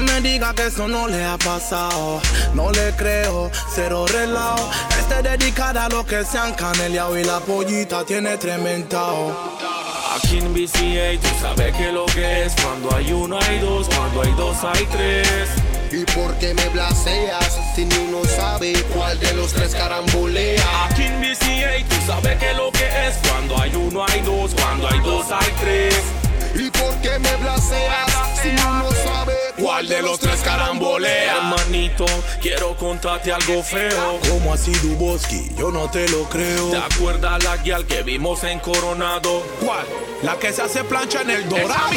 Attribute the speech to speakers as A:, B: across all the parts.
A: me diga que eso no le ha pasado. No le creo, cero relajo. Este dedicada a lo que se han caneleado y la pollita tiene trementao.
B: Aquí en BCA tú sabes que lo que es Cuando hay uno hay dos, cuando hay dos hay tres
C: ¿Y por qué me blaseas si ni uno sabe cuál de los tres carambolea?
B: Aquí en BCA tú sabes que lo que es Cuando hay uno hay dos, cuando hay dos hay tres
C: ¿Y por qué me blaseas si ni uno sabe
B: ¿Cuál de los tres carambolea? Hermanito, quiero contarte algo feo
A: ¿Cómo así Duboski? Yo no te lo creo.
B: ¿Te acuerdas la guial que vimos en Coronado?
A: ¿Cuál? La que se hace plancha en el dorado.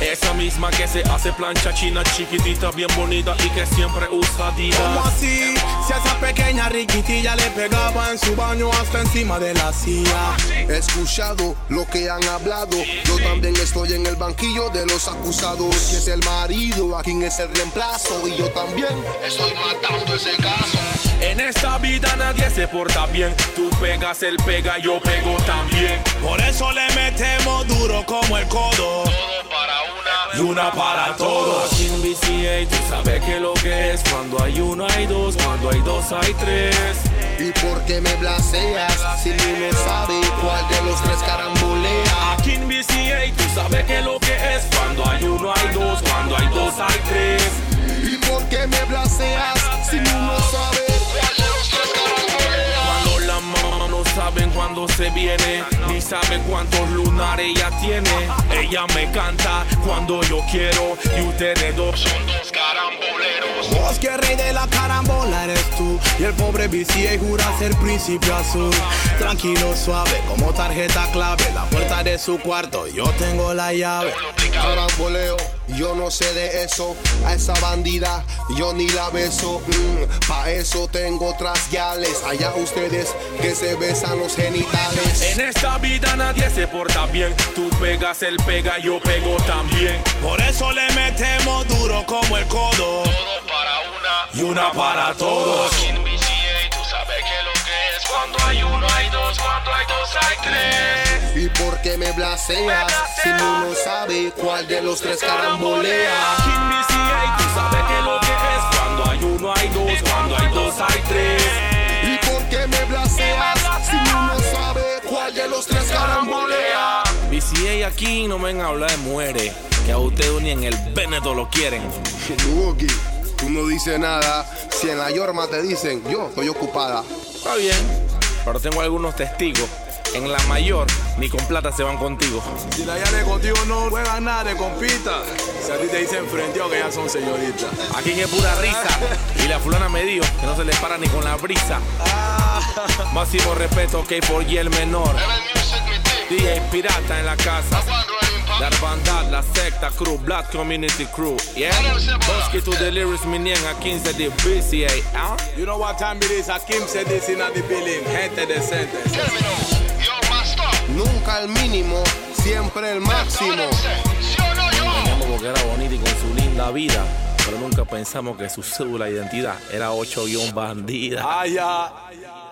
B: Esa misma que se hace plancha china chiquitita, bien bonita y que siempre usa
A: ¿Cómo
B: Adidas.
A: así? Si a esa pequeña riquitilla le pegaba en su baño hasta encima de la silla.
C: He escuchado lo que han hablado. Yo también estoy en el banquillo de los acusados. Y es el marido a quien es el reemplazo. Y yo también estoy matando ese caso.
B: En esta vida nadie se porta bien. Tú pegas, él pega, yo pego también.
A: Por eso le metemos duro como el codo.
B: Y una para todos. Aquí en BCA tú sabes que lo que es. Cuando hay uno hay dos, cuando hay dos hay tres.
C: ¿Y por qué me blaseas si ni uno sabe cuál de los tres carambolea?
B: Aquí en BCA tú sabes que lo que es. Cuando hay uno hay dos, cuando hay dos hay tres.
C: ¿Y por qué me blaseas si ni uno sabe cuál de los tres carambolea?
B: Cuando la mamá no saben cuándo se viene, ni sabe cuántos lunares ella tiene. Ella me canta cuando yo quiero y ustedes dos son dos caramboleros.
A: Vos que rey de la carambola eres tú Y el pobre BCA jura ser príncipe azul Tranquilo, suave, como tarjeta clave La puerta de su cuarto, yo tengo la llave
C: Caramboleo, yo no sé de eso. A esa bandida yo ni la beso. Mm, pa' eso tengo otras gales. Allá ustedes que se besan los genitales.
B: En esta vida nadie se porta bien. Tú pegas, él pega, yo pego también.
A: Por eso le metemos duro como el codo
B: Y una para todos. Cuando hay uno hay dos, cuando hay dos hay tres.
C: ¿Y por qué me blaseas? Si uno sabe cuál de los tres carambolea.
B: Aquí en BCA tú sabes que lo que es. Cuando hay uno hay dos, cuando hay dos hay tres.
C: ¿Y por qué me blaseas? Si uno sabe cuál de los tres carambolea.
B: BCA aquí no ven a hablar de muere, que a ustedes ni en el Beneto lo quieren.
C: Duoki, tú no dices nada. Si en la yorma te dicen, yo estoy ocupada.
B: Está bien, pero tengo algunos testigos. En la mayor, ni con plata se van contigo.
A: Si la llave contigo no juega nada de compita Si a ti te dicen frente o que ya son señoritas
B: Aquí es pura risa. Y la fulana me dijo que no se les para ni con la brisa. Máximo respeto, que por y el menor. DJ Pirata en la casa. La hermandad, la secta, crew, Black Community Crew. Yeah. Bosque to the lyrics, mi niega, 15 de BCA. ¿ah?
A: You know what time it is, Hakim said this in the building Gente decente
C: Nunca el mínimo, siempre el máximo.
B: Pensamos porque era bonita y con su linda vida. Pero nunca pensamos que su cédula de identidad era 8 guión bandida.
A: Allá